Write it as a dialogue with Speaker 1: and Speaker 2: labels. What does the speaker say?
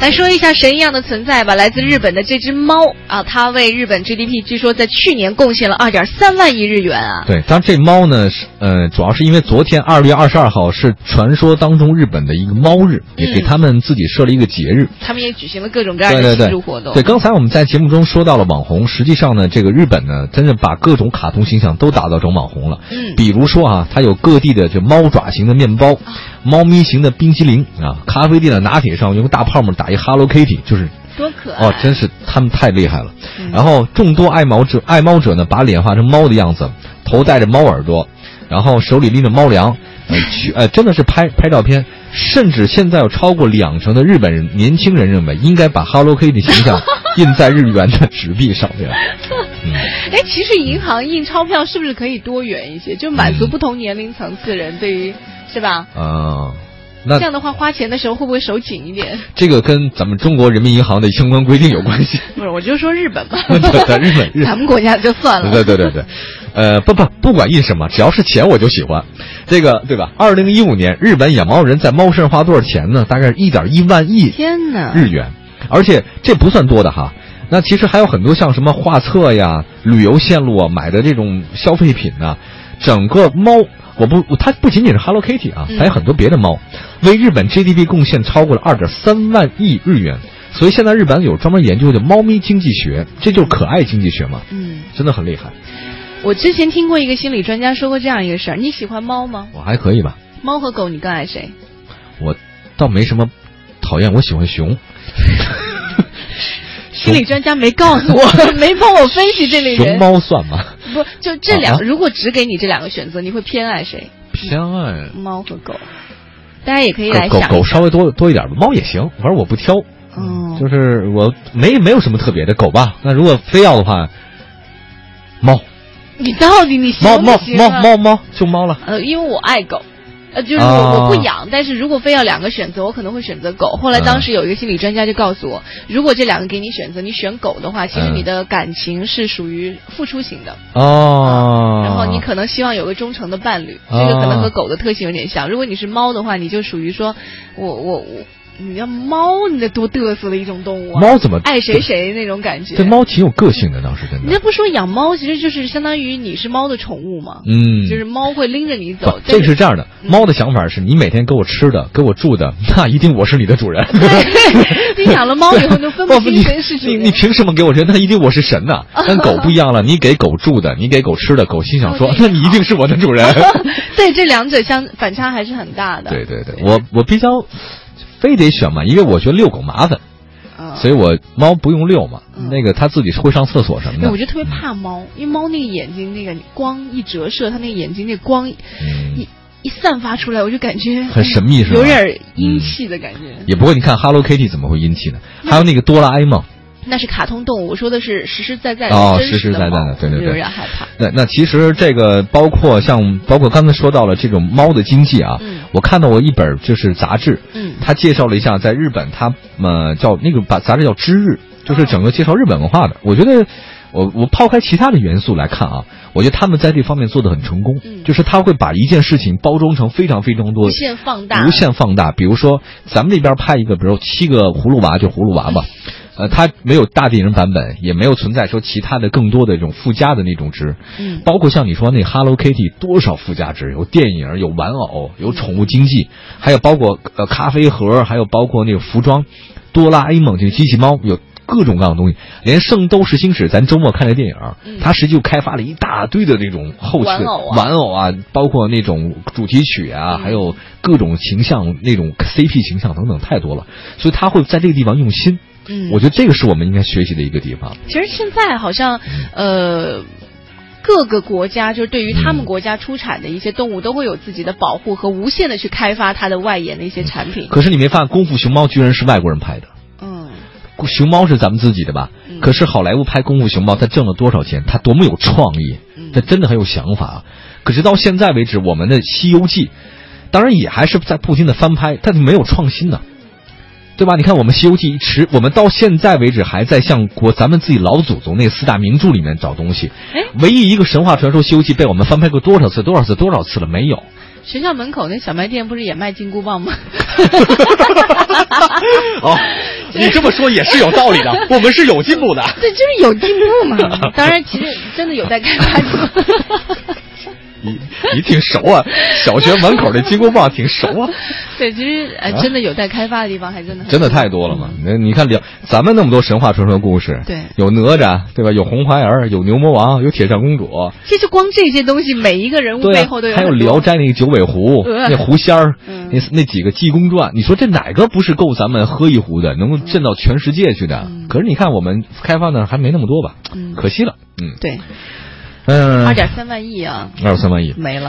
Speaker 1: 来说一下神一样的存在吧，来自日本的这只猫啊，它为日本 GDP 据说在去年贡献了二点三万亿日元啊。
Speaker 2: 对，当然这猫呢是呃，主要是因为昨天二月二十二号是传说当中日本的一个猫日，也
Speaker 1: 嗯
Speaker 2: 给他们自己设了一个节日。
Speaker 1: 他们也举行了各种各样的庆祝活动。
Speaker 2: 对，刚才我们在节目中说到了网红，实际上呢，这个日本呢，真的把各种卡通形象都打造成网红了。
Speaker 1: 嗯啊
Speaker 2: 比如说啊，它有各地的这猫爪型的面包、猫咪型的冰淇淋啊，咖啡店的拿铁上用大泡沫打一 Hello Kitty，就是
Speaker 1: 多可爱！
Speaker 2: 哦，真是他们太厉害了。
Speaker 1: 嗯
Speaker 2: 然后众多爱猫者爱猫者呢，把脸画成猫的样子，头戴着猫耳朵，然后手里拎着猫粮，呃，去呃，真的是拍拍照片。甚至现在有超过两成的日本人年轻人认为，应该把 Hello Kitty 形象印在日元的纸币上面。嗯，
Speaker 1: 哎，其实银行印钞票是不是可以多元一些，就满足不同年龄层次人对于，是吧？
Speaker 2: 啊、
Speaker 1: 这
Speaker 2: 那
Speaker 1: 样的话，花钱的时候会不会手紧一点？
Speaker 2: 这个跟咱们中国人民银行的相关规定有关系。。
Speaker 1: 不是，我就说日本吧
Speaker 2: 对对日本日本
Speaker 1: 咱们国家就算了。
Speaker 2: 对对对对，呃，不不，不管印什么，只要是钱我就喜欢，这个对吧？二零一五年，日本养猫人在猫身上花多少钱呢？大概是一点一万亿
Speaker 1: 天哪！
Speaker 2: 日元，而且这不算多的哈。那其实还有很多像什么画册呀、旅游线路啊、买的这种消费品呐、整个猫，我不，它不仅仅是 Hello Kitty 啊，
Speaker 1: 嗯
Speaker 2: 还有很多别的猫，为日本 GDP 贡献超过了二点三万亿日元。所以现在日本有专门研究的猫咪经济学，这就是可爱经济学嘛，
Speaker 1: 嗯，
Speaker 2: 真的很厉害。
Speaker 1: 我之前听过一个心理专家说过这样一个事儿：你喜欢猫吗？
Speaker 2: 我还可以吧，
Speaker 1: 猫和狗，你更爱谁？
Speaker 2: 我倒没什么讨厌，我喜欢熊。
Speaker 1: 心理专家没告诉 我，没帮我分析这类
Speaker 2: 熊
Speaker 1: 人。
Speaker 2: 猫算吗？
Speaker 1: 不，就这两，
Speaker 2: 啊
Speaker 1: 如果只给你这两个选择，你会偏爱谁？
Speaker 2: 偏爱
Speaker 1: 猫和狗。大家也可以来
Speaker 2: 狗
Speaker 1: 想。
Speaker 2: 狗嗯稍微多多一点吧，猫也行，反正我不挑。
Speaker 1: 哦
Speaker 2: 就是我没没有什么特别的狗吧。那如果非要的话，猫
Speaker 1: 你到底你行
Speaker 2: 猫
Speaker 1: 不
Speaker 2: 猫
Speaker 1: 行
Speaker 2: 猫
Speaker 1: 啊
Speaker 2: 猫猫就猫了。
Speaker 1: 呃，因为我爱狗，呃，就是我、
Speaker 2: 啊
Speaker 1: 我不养，但是如果非要两个选择，我可能会选择狗。后来
Speaker 2: 嗯
Speaker 1: 当时有一个心理专家就告诉我，如果这两个给你选择，你选狗的话，其实
Speaker 2: 嗯
Speaker 1: 你的感情是属于付出型的，
Speaker 2: 哦，
Speaker 1: 嗯然后你可能希望有个忠诚的伴侣，
Speaker 2: 啊
Speaker 1: 这个可能和狗的特性有点像。如果你是猫的话，你就属于说我我我，你要猫，你得多嘚瑟的一种动物、啊，
Speaker 2: 猫怎么
Speaker 1: 爱谁？谁那种感觉。
Speaker 2: 这，猫挺有个性的，倒是真
Speaker 1: 人家
Speaker 2: 的。
Speaker 1: 不说养猫，其实就是相当于你是猫的宠物嘛，
Speaker 2: 嗯，
Speaker 1: 就是猫会拎着你走嗯
Speaker 2: 不，，
Speaker 1: 但
Speaker 2: 这个是这样的，猫的想法是你每天给我吃的，给我住的，那一定我是你的 主人。
Speaker 1: 你养了 猫以后就分 不清谁是主
Speaker 2: 你
Speaker 1: 人
Speaker 2: 你你凭什么给我这？那一定我是神 呐、但狗不一样了，你给狗住的，你给狗吃的，狗心想说
Speaker 1: 哦，这哦
Speaker 2: 那
Speaker 1: 个
Speaker 2: 你一定是我的主人。
Speaker 1: 对，这两者相反差还是很大的。
Speaker 2: 对，对对，我我比较非得选嘛，因为我觉得遛狗麻烦，
Speaker 1: 嗯、
Speaker 2: 所以我猫不用遛嘛，
Speaker 1: 嗯
Speaker 2: 那个它自己会上厕所什么
Speaker 1: 对
Speaker 2: 的
Speaker 1: 我。就特别怕猫，因为猫那个眼睛那个光一折射，它那个眼睛那光一
Speaker 2: 嗯，
Speaker 1: 一一散发出来，我就感觉
Speaker 2: 很神秘是吧嗯
Speaker 1: 有点阴气的感觉。
Speaker 2: 也不过你看 Hello Kitty 怎么会阴气呢？还有那个哆啦 A 梦。
Speaker 1: 那是卡通动物，我说的是实实在在的、
Speaker 2: 哦
Speaker 1: 真实
Speaker 2: 实实在在的
Speaker 1: 猫
Speaker 2: 对对对
Speaker 1: 有点害怕。
Speaker 2: 那那其实这个包括像包括刚才说到了这种猫的经济啊，
Speaker 1: 嗯
Speaker 2: 我看到过一本就是杂志，
Speaker 1: 嗯
Speaker 2: 它介绍了一下在日本它呃叫那个把杂志叫《知
Speaker 1: 哦
Speaker 2: 日》，就是整个介绍日本文化的。我觉得我我抛开其他的元素来看啊，我觉得他们在这方面做的很成功，
Speaker 1: 嗯
Speaker 2: 就是他会把一件事情包装成非常非常多
Speaker 1: 无限放大
Speaker 2: 无限放大。比如说咱们那边拍一个，比如说七个葫芦娃就葫芦娃 吧。呃，它没有大地人版本，也没有存在说其他的更多的这种附加的那种值，
Speaker 1: 嗯
Speaker 2: 包括像你说那 Hello Kitty 多少附加值，有电影，有玩偶，有宠物经济，还有包括呃咖啡盒，还有包括那个服装，哆啦 A 梦这个机器猫有。各种各样的东西，连《圣斗士星矢》，咱周末看的电
Speaker 1: 嗯
Speaker 2: 影，它实际就开发了一大堆的那种后期的
Speaker 1: 玩偶啊
Speaker 2: 玩偶啊，包括那种主题曲啊，
Speaker 1: 嗯
Speaker 2: 还有各种形象、那种 CP 形象等等，太多了。所以他会在这个地方用心，
Speaker 1: 嗯，
Speaker 2: 我觉得这个是我们应该学习的一个地方。
Speaker 1: 其实现在好像，
Speaker 2: 嗯
Speaker 1: 呃，各个国家就是对于他们国家出产的一些动物，都会有自己的保护和无限的去开发它的外延的一些产品。
Speaker 2: 嗯可是你没发现，《功夫熊猫》居然是外国人拍的。
Speaker 1: 嗯，
Speaker 2: 熊猫是咱们自己的吧？
Speaker 1: 嗯
Speaker 2: 可是好莱坞拍《功夫熊猫》，它挣了多少钱？它多么有创意
Speaker 1: 嗯，
Speaker 2: 它真的很有想法啊。可是到现在为止，我们的《西游记》，当然也还是在不停的翻拍，但是没有创新呢、对吧？你看我们《西游记》持，我们到现在为止还在向国咱们自己老祖宗那四大名著里面找东西
Speaker 1: 哎。
Speaker 2: 唯一一个神话传说《西游记》被我们翻拍过多少次、多少次、多少次了？没有。
Speaker 1: 学校 门口那小卖店不是也卖金箍棒吗？
Speaker 2: 哦，
Speaker 3: 你这么说也是有道理的，我们是有进步的。
Speaker 1: 对，就是有进步嘛。当然，其实真的有在开发中。
Speaker 2: 你你挺熟啊，小学门口的金箍棒挺熟啊。
Speaker 1: 对，其实哎，真的有待开发的地方，还真的很
Speaker 2: 真的太多了嘛！那你看两，咱们那么多神话传说故事，
Speaker 1: 对
Speaker 2: 有哪吒，对吧？有红孩儿，有牛魔王，有铁扇公主，
Speaker 1: 这就光这些东西，每一个人物
Speaker 2: 对、
Speaker 1: 嗯背
Speaker 2: 啊
Speaker 1: 后都，有
Speaker 2: 还有《
Speaker 1: 很
Speaker 2: 聊
Speaker 1: 多
Speaker 2: 斋》那个九尾狐，
Speaker 1: 呃
Speaker 2: 那狐仙儿，
Speaker 1: 嗯
Speaker 2: 那那几个济公传，你说这哪个不是够咱们喝一壶的，能够震到全世界去的？
Speaker 1: 嗯
Speaker 2: 可是你看我们开发的还没那么多吧，
Speaker 1: 嗯
Speaker 2: 可惜了，嗯
Speaker 1: 对，
Speaker 2: 嗯，
Speaker 1: 二点三万亿啊，
Speaker 2: 二三万亿，
Speaker 1: 没了。